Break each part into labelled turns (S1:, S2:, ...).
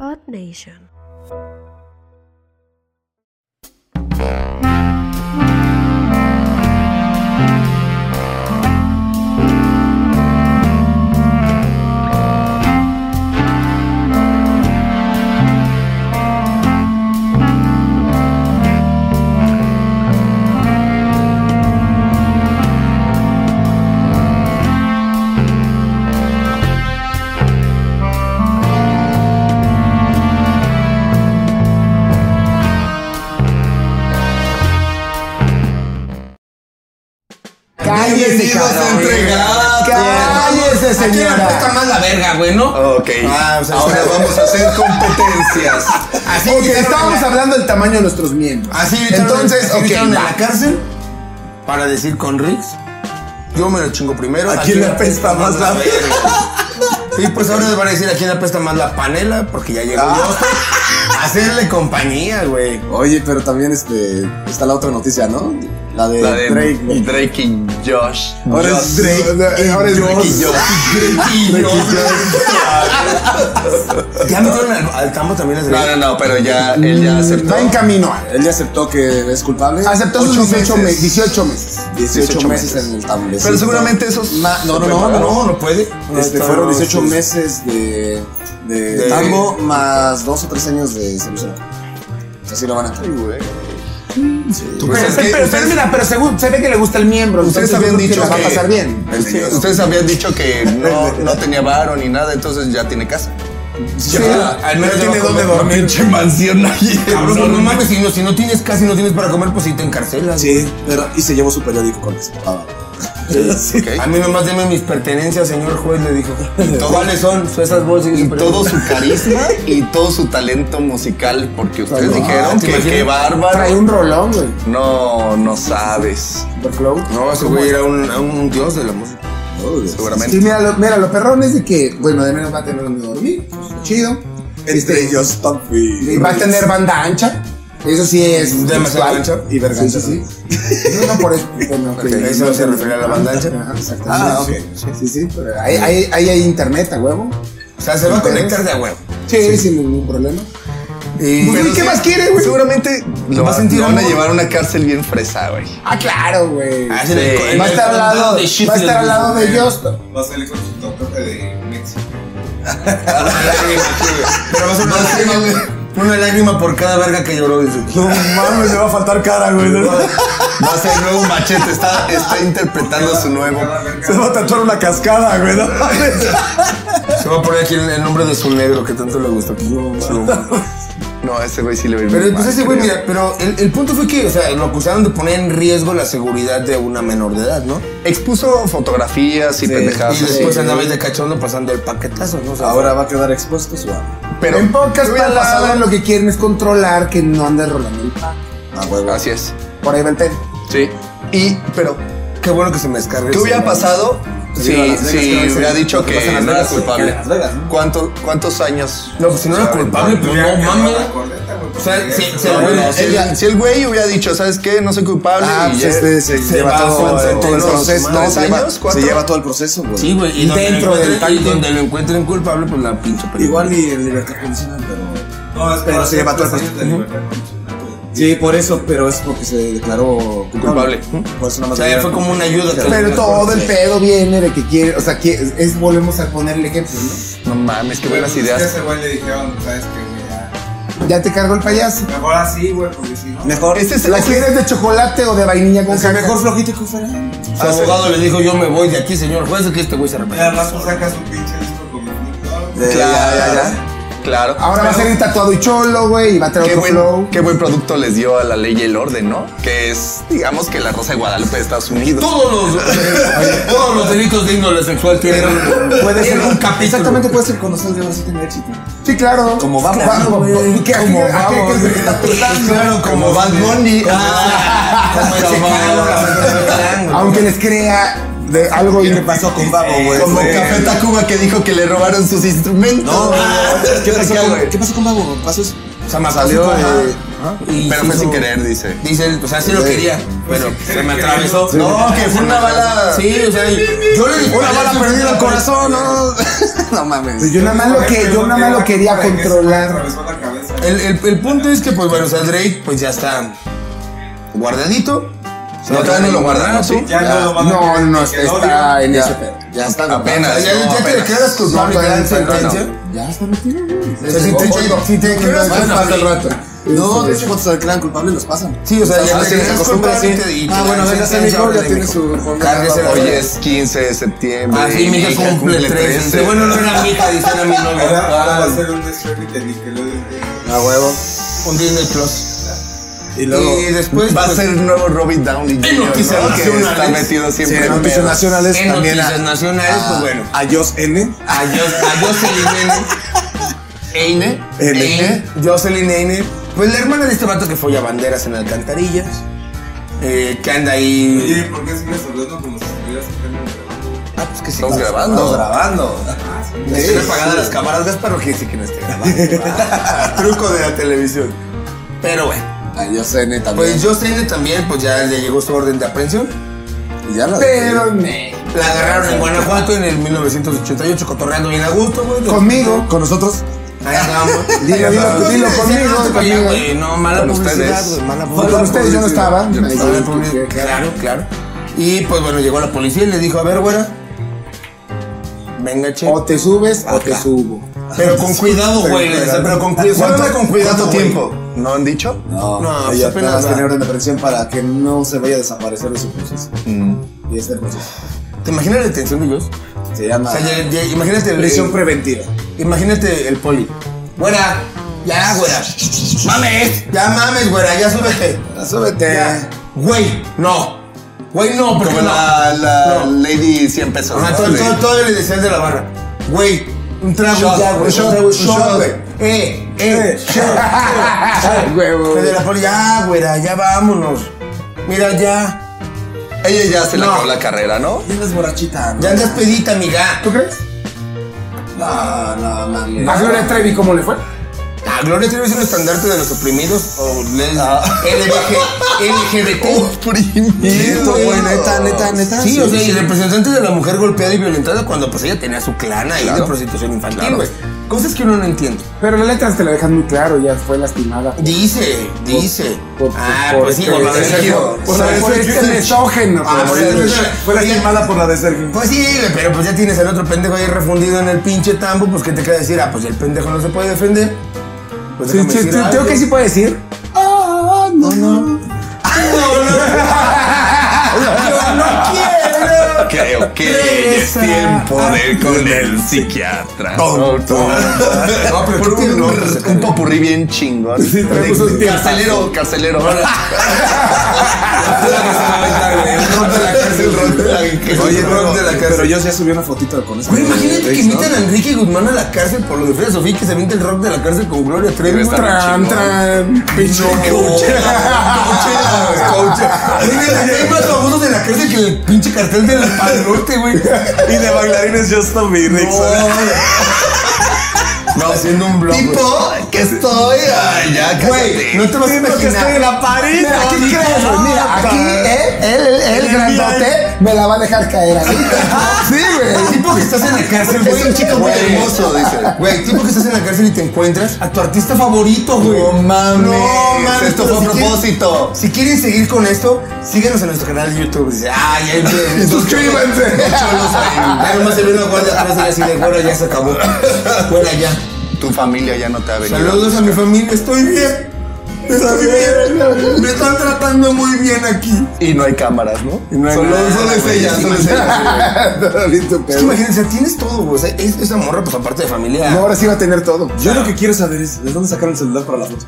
S1: Earth Nation.
S2: Cállese,
S3: Bienvenidos a
S2: cabrón.
S3: entregar. Aquí
S2: Cállese,
S3: me
S2: señora.
S3: importa más la verga, güey, ¿no?
S4: Ok. pues
S2: Ah, o sea,
S4: Ahora
S2: está-
S4: vamos a hacer competencias.
S2: Así
S3: Ok,
S2: estábamos
S3: estábamos
S2: hablando del tamaño de nuestros
S4: Ah,
S2: miembros.
S3: Así gritaron-
S2: Entonces,
S3: así gritaron
S2: ok.
S3: en la cárcel para decir con Riggs, yo me lo chingo primero.
S2: ¿A quién le apesta
S3: apesta
S2: más la verga?
S3: Y pues ahora les van a decir a quién le apesta más la panela, porque ya llegó yo. Hacerle compañía, güey.
S5: Oye, pero también este, está la otra noticia, ¿no? La de,
S4: La de
S5: Drake. güey.
S4: Drake y Josh.
S5: Ahora
S4: Josh.
S5: es Drake.
S2: Ahora es
S4: Drake y
S2: Josh.
S4: Josh.
S3: Ya metieron al, al campo también las
S4: No, no, no, pero ya él
S3: Mm,
S4: ya aceptó.
S2: Va en camino.
S5: Él ya aceptó que es culpable.
S2: Aceptó
S5: Ocho
S2: sus 18
S5: meses.
S2: meses. 18 meses.
S5: 18,
S4: 18
S5: meses
S4: meses.
S5: en el tambo.
S4: Pero seguramente esos.
S5: Ma- no, no, no,
S3: No, no, no puede.
S5: Este,
S3: No,
S5: fueron
S3: no,
S5: 18
S3: sí.
S5: meses de, de,
S3: De-
S5: tambo más 2 o 3 años de solución. Así lo van a entrar.
S4: Pues es
S2: pero,
S4: que
S2: pero-
S4: ustedes-
S2: pero mira, pero según se ve que le gusta el miembro.
S4: Ustedes
S2: entonces
S4: habían
S2: yo creo
S4: dicho
S2: que la va a
S4: que-
S2: pasar bien.
S4: Sí, Ustedes habían dicho que no, no tenía varo ni nada, entonces ya tiene casa.
S3: Ya, Ah, al menos
S4: Ya
S3: tiene
S4: va a
S3: dónde
S4: comer
S3: dormir.
S4: Pinche mansión ahí.
S3: Cabrón, no,
S4: enorme.
S3: mames, si no, si no tienes casi no tienes para comer, pues sí te encarcelas.
S5: Sí, pero, y se llevó su periódico con la espada. Sí.
S4: Ok.
S3: A mí nomás deme mis pertenencias, señor juez, le dijo. ¿Cuáles son? Son esas bolsas
S4: Y
S3: esas
S4: todo
S3: pertenencias.
S4: su carisma y todo su talento musical, porque ustedes
S2: Ah,
S4: dijeron
S2: ¿te
S4: que
S2: imaginas?
S4: qué
S2: Trae
S4: bárbaro.
S2: un rolón, güey.
S4: No, no sabes.
S2: The Flow.
S3: No, ese güey era un, era un dios de la música.
S2: Sí,
S4: Seguramente.
S2: mira, lo, mira, lo perrón es de que, bueno, de menos va a tener donde dormir. Chido.
S5: Entre
S2: Este,
S5: ellos, Tompi.
S2: Y va a tener banda ancha. Eso sí es.
S3: Demasiado
S2: sexual.
S3: ancha.
S2: Y verga. Sí, sí, sí. No, no, por eso. Bueno, que-
S3: Porque eso se refería a la banda ancha.
S2: Ajá, exactamente.
S5: Ah, ok.
S2: Sí, sí. pero Ahí ahí- ahí hay internet a huevo.
S3: O sea, se va a conectar de a huevo.
S2: Sí, sin ningún problema.
S3: Y-
S2: Pues, güey, ¿qué
S4: sí,
S2: más quiere, güey?
S4: Seguramente lo
S3: va
S4: va
S3: a sentir
S4: van a
S3: amor.
S4: llevar a una cárcel bien fresa, güey.
S2: Ah, claro, güey.
S3: Ah,
S2: Va
S3: sí, en el-
S4: Va a
S3: en
S2: a
S3: el
S2: estar al
S3: condado
S2: lado,
S3: de
S2: va a
S3: Sheffield.
S2: estar al lado de Justo.
S6: Va a salir con su tatuaje de México.
S3: Pero va a ser una lágrima, güey. Una lágrima por cada verga que lloró. dice.
S5: No mames, le va a faltar cara, güey.
S4: Va a ser el nuevo machete, está, está interpretando su nuevo.
S6: Cada verga.
S5: Se va a tatuar una cascada, güey. No mames.
S3: Se va a poner aquí el, el nombre de su negro que tanto le gusta.
S4: No, ese güey sí le va a ir
S3: Pero
S4: muy
S3: pues
S4: mal,
S3: ese güey,
S4: creo.
S3: mira, pero el, el punto fue que, o sea, lo acusaron de poner en riesgo la seguridad de una menor de edad, ¿no?
S4: Expuso fotografías y pendejadas.
S3: Y después
S4: así.
S3: andaba ahí de cachondo pasando el paquetazo, ¿no? O sea,
S5: Ahora va a quedar expuesto su alma.
S4: Pero
S2: en pocas
S4: Hubiera
S2: palabras,
S4: pasado-
S2: lo que quieren es controlar que no andes rolando el pack.
S5: Ah, huevo.
S4: Así es.
S2: Por ahí va el pedo.
S4: Sí. Y, pero,
S3: qué bueno que se me descargue.
S4: ¿qué
S3: ese,
S4: hubiera
S3: ¿no?
S4: pasado
S5: Sí, a
S4: si,
S5: Las
S4: si
S5: Vegas, que van a
S4: hubiera
S5: ser-
S4: dicho
S5: lo que pasa
S4: que
S5: en Las
S4: no era
S5: Vegas, que
S4: culpable?
S5: en Las Vegas, ¿no?
S4: ¿Cuánto- ¿Cuántos años?
S3: No, pues si no era
S4: Se va a
S3: culpable, pues
S6: Ya,
S3: no
S6: ya
S3: mames.
S6: va la coleta, güey,
S3: O sea,
S6: porque
S3: sí,
S6: ya
S3: sí,
S6: está-
S3: güey.
S4: Bueno, si,
S3: ella-
S4: el, si el güey hubiera dicho, ¿sabes qué? No soy culpable.
S5: Ah,
S4: y
S5: pues
S4: ya-
S5: este se,
S3: se
S5: lleva
S3: va
S5: todo,
S3: con-
S5: el
S3: con
S5: proceso,
S3: los
S5: no,
S4: tres
S5: se, lleva,
S4: años,
S5: se
S4: cuatro.
S5: lleva todo el proceso, güey.
S3: Sí, güey. Y
S2: Dentro
S3: dentro
S2: del
S3: del
S2: pacto.
S3: Y donde lo encuentren culpable, pues la pinche película.
S5: Igual y en libertad condicional, pero.
S6: No, es que
S5: Pero
S6: va a
S5: se
S6: ser
S5: lleva todo el
S6: tres años de
S5: proceso.
S6: libertad condicional, güey.
S5: Sí, por eso, pero es porque se declaró culpable. Por eso nada
S3: O
S5: más.
S3: sea, ya fue como una ayuda. que-
S2: Pero todo el pedo viene de que quiere, o sea, que es, es- volvemos a poner el ejemplo, ¿no?
S4: No
S3: Ah,
S4: mames, qué
S6: Güey,
S4: buenas
S6: pues, es que a
S4: ideas.
S6: ese güey le dijeron, ¿sabes qué, güey? Ya.
S2: Ya te cargo el payaso.
S6: Mejor así, güey, porque si no.
S5: Mejor.
S4: Este es
S2: ¿La
S4: este es-
S2: quieres de chocolate o de vainilla con
S5: o sea,
S2: caca?
S5: mejor flojito que fuera.
S3: Su abogado le dijo, yo me voy de aquí, señor juez, que este güey se arrepiente.
S6: Ya, al rato sacas un pinche disco con Snoop Dogg, güey.
S5: Ya,
S4: Claro,
S5: ya, ya,
S4: Claro.
S2: Ahora va a ser tatuado y cholo, güey, y va a tener
S4: Qué
S2: otro
S4: buen,
S2: flow.
S4: qué buen producto les dio a la ley y el orden, ¿no? Que es, digamos que la Rosa de Guadalupe de Estados Unidos.
S3: Todos los, todos los delitos de índole sexual tienen,
S5: Puede ser
S3: tienen un capítulo.
S5: Exactamente, puede ser cuando salga así tener éxito.
S2: Sí, claro.
S5: Como
S2: va,
S5: vamos,
S2: güey.
S5: güey.
S2: Que aquí-
S5: Eh, Como
S2: aquí- aquí-
S5: vamos,
S2: aquí- aquí- aquí- aquí-
S3: Claro, como Bad Bunny. Ah, como Chicano.
S2: Aunque les crea de algo
S5: ¿Qué pasó con Babo,
S3: Pues,
S5: güey?
S4: Como
S5: Fue-
S4: Café Tacuba que dijo que le robaron sus instrumentos.
S5: No,
S4: Ah,
S5: ¿qué pasó
S4: acá,
S5: con-
S4: güey.
S5: ¿qué pasó con Babo? ¿Pasó eso?
S3: O sea, mató a su
S5: Salió
S3: compa,
S5: de-
S3: ajá, y
S4: Pero
S3: se
S4: fue sin
S3: hizo-
S4: querer, dice.
S3: Dice él, o sea, sí lo
S5: Sí.
S3: quería, pero se me atravesó.
S5: Sí.
S3: No,
S5: que fue una bala-
S3: Sí, o sea, yo le disparé
S5: Una bala
S3: así,
S5: perdida al corazón, no. no mames.
S2: Pues yo nada más lo que, yo nada más lo quería
S6: Porque se
S2: controlar.
S6: atravesó la cabeza.
S3: El, el- el punto es que, pues bueno, o sea, Drake, pues ya está guardadito.
S4: No, todavía no lo guardaron, ¿sí?
S6: Ya no lo van a
S2: No,
S6: querer,
S2: no,
S6: porque el
S2: está
S6: odio-
S2: en
S5: Ya,
S2: ese pedo.
S5: ya está.
S3: Ya,
S4: Apenas.
S3: ya
S4: No,
S3: te
S4: apenas.
S3: declaras culpable,
S2: No,
S3: te dan
S2: todavía no,
S3: sentencia.
S5: Ya está metido.
S3: O sea, si te- si te declaras
S5: pasa el rato.
S3: culpable.
S5: No, de hecho, cuando se declaran culpables, los pasan.
S3: Sí, o sea, ya
S5: Ah,
S3: te
S5: sí, se
S3: declaras
S5: acostumbra,
S3: culpable
S5: sí.
S3: y te- y pues, te
S5: Ah,
S3: dan
S5: bueno, venga,
S3: sentencia,
S5: Semico, ya
S3: órale,
S5: tiene
S3: mijo.
S5: su jornada.
S3: Cárguesela,
S4: Hoy es 15 de septiembre.
S3: Así Ah, mi hija cumple tres. Dice, bueno, no era mi hija, dice, era mi novia.
S6: Ahora ahora va a
S3: Ah,
S6: ser un streaming de Nickelodeon.
S5: A huevo.
S3: Un Disney Plus.
S5: Y luego.
S3: Y después,
S4: Va a
S3: pues,
S4: ser el nuevo Robbie Downey
S3: En
S4: Jr.,
S3: noticias
S4: ¿no? Que está
S3: nacionales.
S4: metido
S5: Sí,
S4: siempre
S5: en
S4: en
S5: noticias
S4: pedos.
S5: nacionales
S3: en
S5: también a,
S3: noticias nacionales, pues bueno.
S5: a Jos N.
S3: a Jos- a Jocelyn Eine. Eine.
S5: Eine.
S3: Eine. Jocelyn Eine. Pues la hermana de este vato que folla banderas en alcantarillas. eh, que anda
S6: Oye,
S3: ahí.
S6: ¿por qué sigues hablando como si estuvieras sacando un trabajo?
S3: Ah, pues que sí.
S4: Estamos grabando.
S3: Estamos grabando. Están apagadas las cámaras, Gaspar, que dice que no esté grabando. Truco de la televisión. Pero bueno.
S5: A Jos N también.
S3: Pues Jocelyn Eine también, pues ya le llegó su orden de aprehensión.
S5: Y ya la
S2: Pero
S3: La agarraron en Guanajuato en el 1988, cotorreando bien a gusto, güey.
S2: conmigo,
S5: Con nosotros.
S3: Ahí andamos.
S2: Dilo, dilo, dilo
S3: Sí,
S2: conmigo,
S3: sí,
S2: conmigo.
S3: güey, No, mala
S4: Con
S3: publicidad,
S4: ustedes.
S3: güey, mala
S2: Fue con ustedes, yo no estaba.
S3: Yo no
S2: Ahí
S3: estaba en
S2: sí,
S3: publicidad.
S2: que-
S3: Claro, claro. Y pues bueno, llegó la policía y le dijo, a ver, güera. Venga, che.
S2: o te subes o te
S3: Ajá.
S2: subo.
S3: Pero con cuidado, güey. le decía, Pero con cuidado.
S4: ¿Cuánto,
S3: Solo con cuidado,
S4: cuánto
S3: güey.
S4: tiempo? ¿No han dicho?
S5: No,
S3: No, pues apenas
S5: ella apenas
S3: va.
S5: tiene orden de aprehensión para que no se vaya a desaparecer de su proceso. Y este proceso
S3: ¿Te imaginas la detención de ellos?
S5: se llama
S3: O sea, ya- eh, ya- imagínate el,
S5: prisión
S3: el-
S5: preventiva.
S3: imagínate el poli. Güera, ya, güera. Mames, ya mames, güera, ya súbete.
S5: Ya, Súbete.
S3: Ya. Güey, no. Güey, no, porque
S4: Como
S3: no.
S4: la, la
S3: No.
S4: Lady 100 pesos.
S3: Ajá,
S4: ¿no?
S3: todo,
S4: De-
S3: todo, todo le decían de la barra. Güey, un trago
S5: Shot,
S3: ya, güey.
S5: un shot,
S3: un trago,
S5: un
S3: shot,
S5: shot,
S3: güey. Eh, eh,
S5: Huevo.
S3: shot. de la poli, ya, güera, ya vámonos. Mira, ya.
S4: Ella ya se le
S3: No.
S4: acabó la carrera, ¿no?
S5: Ya andas borrachita. ¿no?
S3: Ya andas pedita, amiga.
S2: ¿Tú crees?
S5: No, no, mami.
S2: A Gloria Trevi, ¿cómo le fue?
S3: La Ah, Gloria Trevi es un estandarte de los oprimidos o les- LBG, LGBT.
S5: Neto, güey, neta, neta, neta.
S3: Sí, o sea, y representante de la mujer golpeada y violentada cuando pues ella tenía su clan ahí de
S4: Claro.
S3: prostitución infantil,
S4: Claro.
S3: güey. Cosas que uno no entiende.
S2: Pero las letras te la dejan muy claro, ya fue lastimada.
S3: Dice, dice.
S2: Por-
S3: ah,
S2: por-
S3: pues sí,
S2: por-
S3: por la de Sergio.
S2: Por la de
S3: Por-
S2: este misógeno.
S3: Ah, por
S2: por el-
S3: el-
S5: Fue lastimada por la de Sergio.
S3: Pues sí, güey, pero pues ya tienes al otro pendejo ahí refundido en el pinche tambo, pues ¿qué te queda decir? Ah, pues el pendejo no se puede defender. Pues
S2: Sí,
S3: déjame
S2: sí,
S3: decir
S2: sí,
S3: algo.
S2: Creo que sí puede decir.
S5: Ah, no, no.
S3: Yo no quiero.
S4: Creo que ya es
S3: Regresa.
S4: tiempo de ir con el psiquiatra.
S3: No, pero creo que no, pues,
S4: Un popurrí bien chingón.
S2: Sí, traemos un tiempo.
S4: Carcelero, carcelero.
S5: Oye,
S3: Oye,
S5: pero,
S3: rock de la cárcel.
S5: pero yo ya subí una fotito con eso.
S3: Pues, eh, Güey, imagínate que invitan a Enrique Guzmán a la cárcel por lo de Frida Sofía y que se avienta el rock de la cárcel con Gloria Trevi.
S4: Debe estar
S3: güey.
S4: bien
S2: Tran, tran. Pinche
S3: Coachella, güey, Coachella. Güey, Hay más famosos de la cárcel que el pinche cartel del padrote, güey.
S5: Y de bailarines Just a
S3: No, haciendo un blog. güey.
S4: Tipo que estoy. Ay, ya,
S3: Güey, no
S4: cállate.
S3: te vas a imaginar.
S5: la París.
S2: Mira, aquí crees, güey. Mira, aquí él, él, él, el grandote me la va a dejar caer así. Sí,
S3: El
S2: güey.
S3: tipo que estás en la cárcel, güey.
S4: Es un chico muy
S3: Güey.
S4: hermoso, dice.
S3: Güey, tipo que estás en la cárcel y te encuentras a tu artista favorito, güey.
S4: No mames.
S3: No mames.
S4: Esto fue a
S3: pero si
S4: propósito.
S3: quieren- Si quieren seguir con esto, síganos en nuestro canal de YouTube. Dice, ay, ay, ay.
S2: Suscríbanse.
S3: Ahí nomás se ve una guardia atrás y así de, bueno, ya se acabó. Fuera ya.
S4: Tu familia ya no te ha venido.
S3: Saludos a mi familia, estoy bien. Estoy bien. Me están tratando muy bien aquí.
S4: Y no hay cámaras, ¿no?
S3: no hay
S4: solo,
S3: nada,
S4: solo es
S3: güey.
S4: ella, solo es ella.
S2: Todo listo,
S3: Es que
S2: pero-
S3: imagínense, tienes todo, güey. O sea, es- esa morra, pues aparte de familia.
S2: No, ahora sí va a tener todo.
S5: Yo lo que quiero saber es, ¿de dónde sacaron el celular para la foto?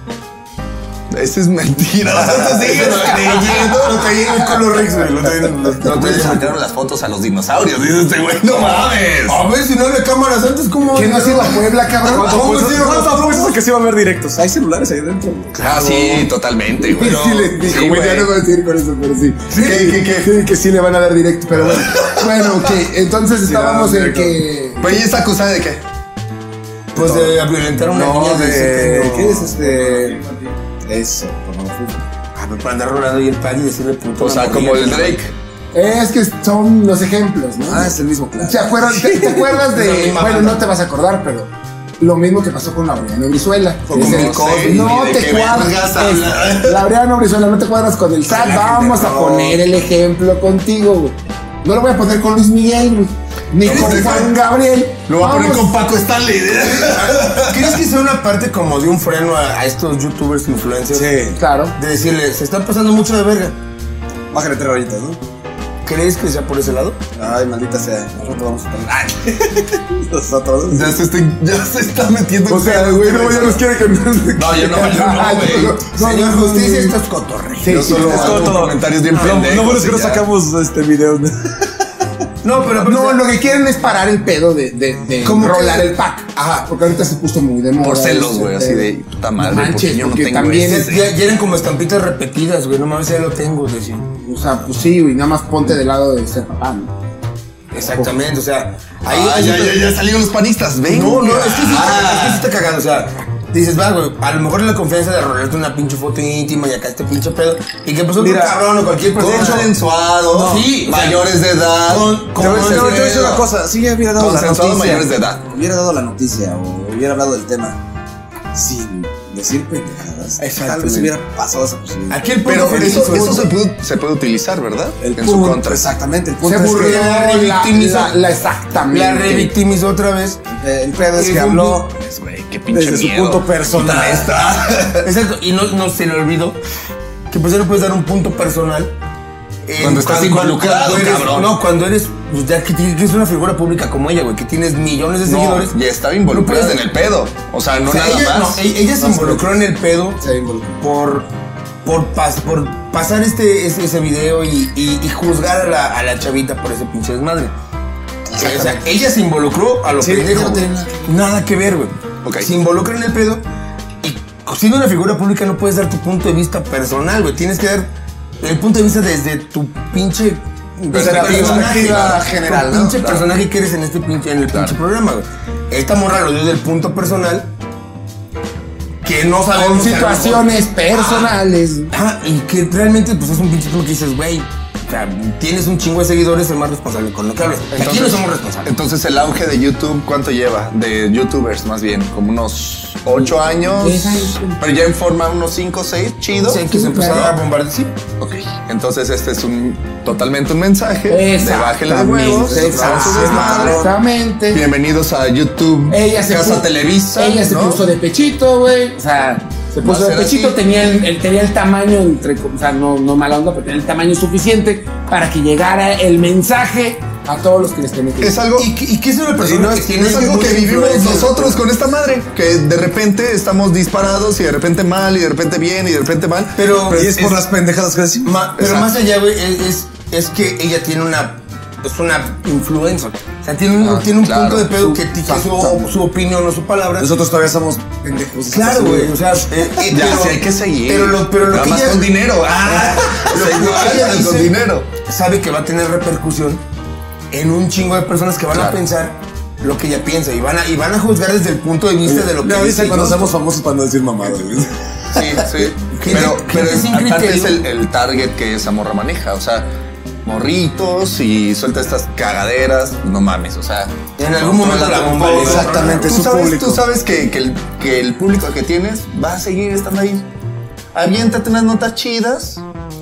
S4: Eso es mentira. Nosotros sigues creyendo.
S3: lo traía en el color Rex, güey. Lo traía en lo traía
S4: No
S3: en
S4: te
S3: el-
S4: sacaron las fotos a los dinosaurios, dice este güey. No mames.
S3: A ver si no había cámaras antes, ¿cómo?
S2: ¿Qué no ha sido a Puebla, cabrón?
S3: ¿Cuánto
S2: ¿Cómo
S5: Pues,
S3: puso?
S2: hicieron?
S3: ¿Cuánto?
S5: apuestas que se iba a ver directos? Hay celulares ahí dentro.
S4: Ah, sí, totalmente, güey.
S2: Sí, les dijo,
S4: Sí,
S2: güey, ya
S4: güey.
S2: no voy a seguir con eso, pero sí. Que, que, que, que sí le van a dar directo, pero bueno. Bueno, ok, entonces
S5: le van a
S2: estábamos
S5: dar
S2: en
S5: directo.
S2: que.
S4: Güey, ¿y esta acusada de qué?
S3: Pues de violentar a una
S5: No,
S3: niña de.
S5: de. ¿Qué es este?
S6: Infantil.
S5: Eso, pornografía.
S3: Ah, pero para andar rolando y el pan y decirle puto.
S4: O sea,
S3: a la
S4: como el
S3: morrilla,
S4: Drake.
S2: Es que son los ejemplos, ¿no?
S5: Ah, es el mismo claro.
S2: ¿Se acuerdan- ¿Te, te acuerdas
S3: La
S2: de.?
S3: misma
S2: bueno,
S3: banda.
S2: no te vas a acordar, pero. Lo mismo que pasó con Laureano Brizuela.
S3: Fue como
S2: Es
S3: el Cosby,
S2: No
S4: ¿de
S2: te
S4: qué
S2: cuadras.
S3: vergas hablas?
S2: es- Laureano Brizuela, no te cuadras con el SAT.
S3: gente,
S2: Vamos a
S3: no.
S2: poner el ejemplo contigo, güey. No lo voy a poner con Luis Miguel, güey. Ni
S3: No,
S2: con
S3: pues,
S2: Juan Gabriel.
S3: Lo voy a poner
S2: Vamos.
S3: con Paco Stanley. ¿Crees que sea una parte como de un freno a, a estos youtubers influencers?
S5: Sí.
S2: Claro.
S3: De decirle, se están pasando mucho de verga.
S5: Bájale tres rayitas, ¿no?
S3: ¿Crees que sea por ese lado?
S5: Ay, maldita sea. Al rato vamos a tener. Nosotros.
S4: Ya se, está, ya se está metiendo.
S2: O sea, güey, no, ya nos quiere cambiar.
S4: No, yo no, yo no, güey.
S3: Señor Justicia, esto
S2: está
S3: es cotorreo.
S2: Sí,
S4: Yo
S2: sí,
S4: solo
S2: es
S4: hago
S5: como todo.
S4: comentarios bien
S5: Lo,
S4: pendejos.
S5: lo bueno es que no
S4: y ya.
S5: sacamos este video.
S3: No, pero.
S2: No, lo que quieren es parar el pedo de, de, de
S3: Como
S2: rolar
S3: que-
S2: el pack. Ajá. Porque ahorita se puso muy de moda.
S4: Por celos,
S2: ese
S4: güey, así
S2: pedo.
S4: de puta madre.
S2: No
S4: porque
S2: manches,
S4: yo no
S2: porque
S4: tengo
S2: también-
S4: ese.
S3: Ya, ya- ya eran como estampitas repetidas, güey. No mames, ya lo tengo, decía.
S2: O sea, pues sí, güey, nada más ponte del lado de ser papá, ¿no?
S3: Exactamente, o sea. Ahí.
S4: Ah, ya, ya, ya salieron los panistas, ven.
S3: No, no, es que sí, está- es que sí
S4: Ah,
S3: está cagado, o sea. Dices, va, güey, a lo mejor la confianza de rolarte una pinche foto íntima y acá este pinche pedo. Y que pues otro
S5: Mira,
S3: cabrón o cualquier
S4: Consensuado,
S3: persona. No,
S4: sí,
S3: o sea,
S4: mayores de edad.
S3: con- con-
S5: Te voy a decir-
S3: no,
S5: te voy a decir
S3: no.
S5: una cosa. Si ya hubiera dado la
S4: Consensuado
S5: noticia.
S4: mayores de edad.
S5: Hubiera dado la noticia o hubiera hablado del tema sin decir pendejadas. Tal vez
S3: Exactamente.
S5: hubiera pasado esa posibilidad.
S3: Aquí el
S4: Pero
S3: punto
S4: eso,
S3: fue-
S4: eso se, puede, se puede utilizar, ¿verdad?
S5: El
S4: en su
S5: punto-
S4: contra.
S5: Exactamente, el punto
S2: Se
S5: es
S2: burló
S5: que
S3: la
S2: la,
S3: revictimizó.
S2: la, la exactamente.
S3: La revictimizó otra vez.
S5: eh, el pedo es
S3: Es
S5: que
S3: un
S5: habló
S4: Es, güey, qué pinche
S5: desde su
S4: miedo.
S5: punto personal.
S3: Exacto, y no, no se le olvidó que pues ya no puedes dar un punto personal. eh,
S4: Cuando estás involucrado,
S3: eres-
S4: cabrón.
S3: No, cuando eres, pues ya que, tienes- que es una figura pública como ella, güey, que tienes millones de seguidores.
S4: No, y estaba involucrada en el pedo. O sea, no
S3: O sea,
S4: nada
S3: ella, no,
S4: más.
S3: e- ella se
S5: No,
S3: involucró en el pedo
S5: Se involucró.
S3: por, por, pas- por pasar este, ese, ese video y, y- y juzgar a la, a la chavita por ese pinche desmadre. O sea, ella se involucró a lo
S5: Sí,
S3: pendejo.
S5: no tiene
S3: güey.
S5: nada
S3: nada que ver, güey.
S4: Ok.
S3: Se involucra en el pedo y siendo una figura pública no puedes dar tu punto de vista personal, güey. Tienes que dar el punto de vista desde tu pinche
S4: Desde la
S5: perspectiva general,
S3: tu
S5: ¿no?
S3: pinche
S5: Claro.
S3: personaje que eres en este pinche en el
S4: Claro.
S3: pinche programa, güey. Esta morra lo dio del punto personal que no
S2: Con
S3: sabemos si a lo mejor-
S2: situaciones personales.
S3: Ah, y que realmente pues es un pinche club que dices, güey, o sea, tienes un chingo de seguidores, es más responsable con lo que hablas. Aquí no somos responsables.
S4: Entonces, el auge de YouTube, ¿cuánto lleva? De YouTubers, más bien, como unos 8 años.
S2: Diez años.
S4: Pero ya en forma unos 5 o 6, chido.
S3: Sí, que se empezaron a
S2: claro.
S3: bombardear. Sí,
S4: Ok. Entonces, este es un totalmente un mensaje de bájale de huevos. hagan su desmadre.
S2: Exactamente.
S4: Bienvenidos a YouTube
S2: Ella se
S4: Casa
S2: pu-
S4: Televisa.
S2: Ella se
S4: ¿no?
S2: puso de pechito, güey. O sea, se
S4: Va a
S2: puso de
S4: ser
S2: pechito.
S4: así.
S2: Tenía el, el- tenía el tamaño, entre, o sea, no, no mala onda, pero tenía el tamaño suficiente para que llegara el mensaje a todos los que les tenían que
S4: Es
S2: llegar.
S4: algo.
S3: ¿Y, qué- y qué es una
S4: Y
S3: persona
S4: no
S3: que
S4: es,
S3: tiene
S4: no es algo que
S3: mucha
S4: vivimos
S3: influencia?
S4: nosotros con esta madre, que de repente estamos disparados y de repente mal y de repente bien y de repente mal.
S3: Pero,
S5: Y es por las pendejadas que decimos.
S3: ma- pero
S4: Exacto.
S3: más allá, güey, es, es, es que ella tiene una. Es una influencer. O sea, tiene un,
S4: Ah,
S3: tiene un
S4: claro.
S3: punto de pedo que dije su,
S5: Exacto.
S3: su opinión o su palabra.
S5: Nosotros todavía somos pendejos.
S3: Claro, güey. O sea, eh, eh,
S4: ya
S3: pero-
S4: sí, hay que seguir.
S3: Pero lo, pero lo
S4: Nada
S3: que
S4: más
S3: ella
S4: con dinero. Ah,
S3: Lo
S4: o sea,
S3: que
S4: igual,
S3: ella dice-
S4: con dinero.
S3: sabe que va a tener repercusión en un chingo de personas que van a
S4: Claro.
S3: pensar lo que ella piensa y van a, y van a juzgar desde el punto de vista de lo que
S5: Me avisan
S3: dice,
S5: cuando
S3: ¿no?
S5: seamos famosos para no decir mamadas, güey.
S4: Sí, sí.
S3: Gente-
S4: pero
S3: gente
S4: pero es,
S3: sin
S4: aparte
S3: criterio.
S4: es el, el target que esa morra maneja. O sea, morritos y suelta estas cagaderas. No mames, o sea.
S3: En algún momento la bomba
S4: Tú
S3: llega.
S5: Exactamente,
S4: sabes-
S5: su
S4: tú sabes,
S5: público.
S4: Tú sabes que, que el, que el público que tienes va a seguir estando ahí. Aviéntate unas notas chidas.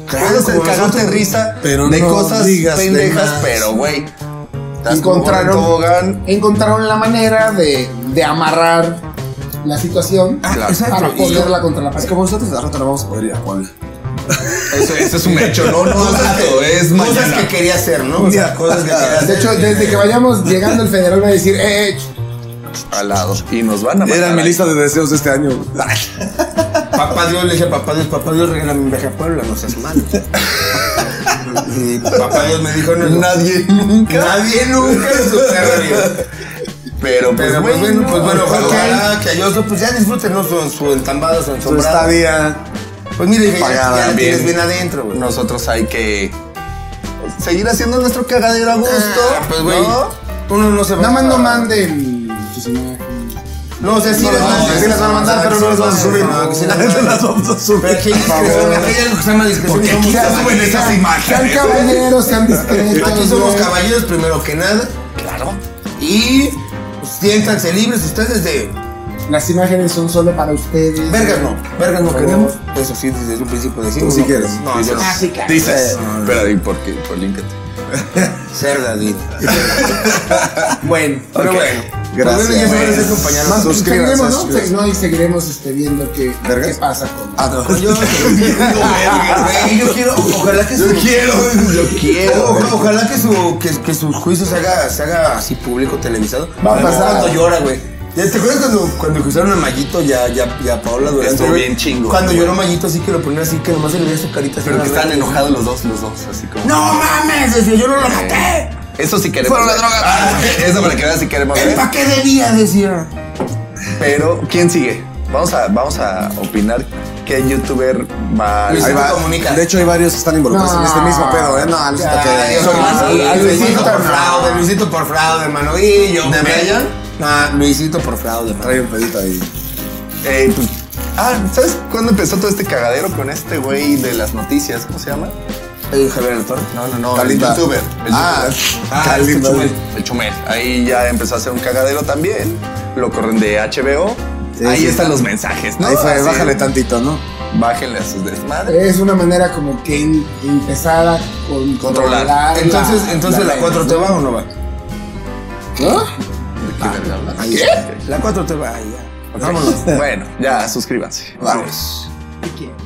S5: Claro,
S4: puedes
S5: como
S4: cagarte de
S5: nosotros.
S4: risa
S5: Pero
S4: de
S5: no
S4: cosas
S5: digas de
S4: pendejas,
S5: más.
S4: pero güey. Estás como
S2: encontraron,
S4: gordo en tobogán.
S2: encontraron la manera de, de amarrar la situación
S4: Claro.
S2: para
S3: Exacto. Y-
S2: ponerla contra la pared.
S5: Es como nosotros de rato no vamos a poder ir a Puebla.
S4: Eso, eso es un hecho, no, no, dato, es
S3: Cosas
S4: mañana.
S3: que quería hacer, ¿no? O sea, cosas que quería hacer.
S2: De hecho, desde que vayamos llegando el federal va a decir, eh, eh, ch-
S4: Al lado. Y nos van a matar.
S5: Era mi
S4: ahí.
S5: lista de deseos de este año.
S3: Papá Dios le dije a papá Dios, papá Dios regálame un viaje a Puebla, no seas malo. y papá Dios me dijo, no,
S4: Nadie nunca.
S3: nadie nunca en su perra vida.
S4: Pero pues
S3: Pero pues
S4: bueno,
S3: bueno, pues bueno,
S4: ojalá.
S3: ojalá que yo, pues ya disfruten, ¿no? Su, su entambada, su
S5: Su
S3: ensombrada.
S5: estadía.
S3: Pues mire, dije, ya,
S4: Pagada,
S3: ya la
S4: bien.
S3: tienes bien adentro, güey.
S4: Nosotros hay que seguir haciendo nuestro cagadero a gusto.
S3: Ah, pues güey,
S4: ¿no?
S3: uno no se va
S2: nada más
S3: a-
S2: no manden sus imágenes.
S3: No, o sea, sí
S4: No,
S3: las
S4: no,
S3: van a-
S4: sí las van a mandar,
S3: o sea,
S4: pero
S3: sí
S4: no las
S3: van
S4: vamos a subir.
S3: no, sí las
S4: No,
S3: van a-
S4: las vamos a subir.
S3: Aquí hay discreción, aquí hay algo que se llama discreción.
S4: Porque
S3: Somos
S4: aquí se
S3: caballeros.
S4: suben esas
S2: Sean
S4: imágenes.
S2: caballeros, sean discretos.
S3: Aquí somos
S2: güey.
S3: caballeros primero que nada.
S4: Claro.
S3: Y pues, siéntanse libres ustedes de.
S2: Las imágenes son solo para ustedes.
S3: Vergas no, vergas no queremos. Eso sí, desde un principio decimos.
S5: Tú sí
S3: no
S5: quieres.
S3: queremos. No, eso
S2: Ah, sí, claro.
S4: Dices. Espera, ¿y por qué? Por LinkedIn.
S3: es cerda, Dino. Bueno, pero
S4: Ok,
S3: bueno. Pues, bueno, ya
S4: gracias,
S3: se van a
S4: güey.
S3: hacer compañeros.
S2: Más-
S5: Suscríbanse,
S2: pues, seguiremos, ¿no?
S5: suscríbanse.
S2: No, y seguiremos este, viendo qué,
S5: ¿Vergas?
S2: qué pasa con.
S3: Ah, no, yo, güey, yo quiero, ojalá que
S4: Yo
S3: su-
S4: quiero, yo quiero.
S3: O- ojalá que su, que, que su juicio se haga, se haga así público, televisado.
S2: Va a
S3: Como
S2: pasar.
S3: Cuando llora, güey. ¿Ya ¿Te acuerdas cuando, cuando acusaron a Mayito y a, y a- y a Paola Durante?
S4: Estuvo
S3: güey?
S4: bien chingo,
S3: Cuando
S4: güey.
S3: lloró Mayito así que lo ponían así que nomás se le veía su carita. así,
S4: Pero que
S3: güey.
S4: están enojados los dos, los dos, así como.
S3: ¡No mames! Decía, yo no lo maté.
S4: Eso sí queremos.
S3: Fueron
S4: ver.
S3: las drogas.
S4: Ah, eso para que vean si queremos
S3: ¿El
S4: ver.
S3: pa' qué debía? Decía.
S4: Pero, ¿quién sigue? Vamos a, vamos a opinar qué youtuber va.
S3: Luisito
S4: Ahí va.
S3: comunica.
S5: De hecho, hay varios que están involucrados en este mismo pedo, ¿eh? No, Luisito,
S3: Ay,
S5: que-
S3: ojalá, sí,
S4: Ah,
S3: Luisito
S4: Luisito
S3: por
S4: no.
S3: fraude, Luisito por fraude, mano. Y yo.
S4: ¿De Brian?
S3: Ah, Luisito por fraude, mano.
S5: Trae un pedito ahí.
S4: Eh, pues, ah, ¿sabes cuándo empezó todo este cagadero con este güey de las noticias? ¿Cómo se llama?
S3: Eh, Javier Altón.
S4: No, no, no.
S5: Talita.
S4: El youtuber. El
S5: Ah,
S4: youtuber.
S5: ah,
S4: Este
S5: Talita.
S4: Chumel. El Chumel. Ahí ya empezó a hacer un cagadero también. Lo corren de HBO.
S5: Sí,
S4: ahí
S5: sí.
S4: están los mensajes, ¿no?
S5: Ahí fue,
S4: Así,
S5: bájale tantito, ¿no?
S4: Bájenle a sus desmadres.
S2: Es una manera como que en- empezada con
S4: Controlar.
S2: la-
S3: Entonces, entonces la
S2: red,
S3: 4 te va o no va?
S2: ¿no?
S4: ¿Qué verga hablas?
S3: La 4 te va, ya.
S4: Ok. Bueno, ya, suscríbanse. Vamos.
S2: ¿Qué quieres?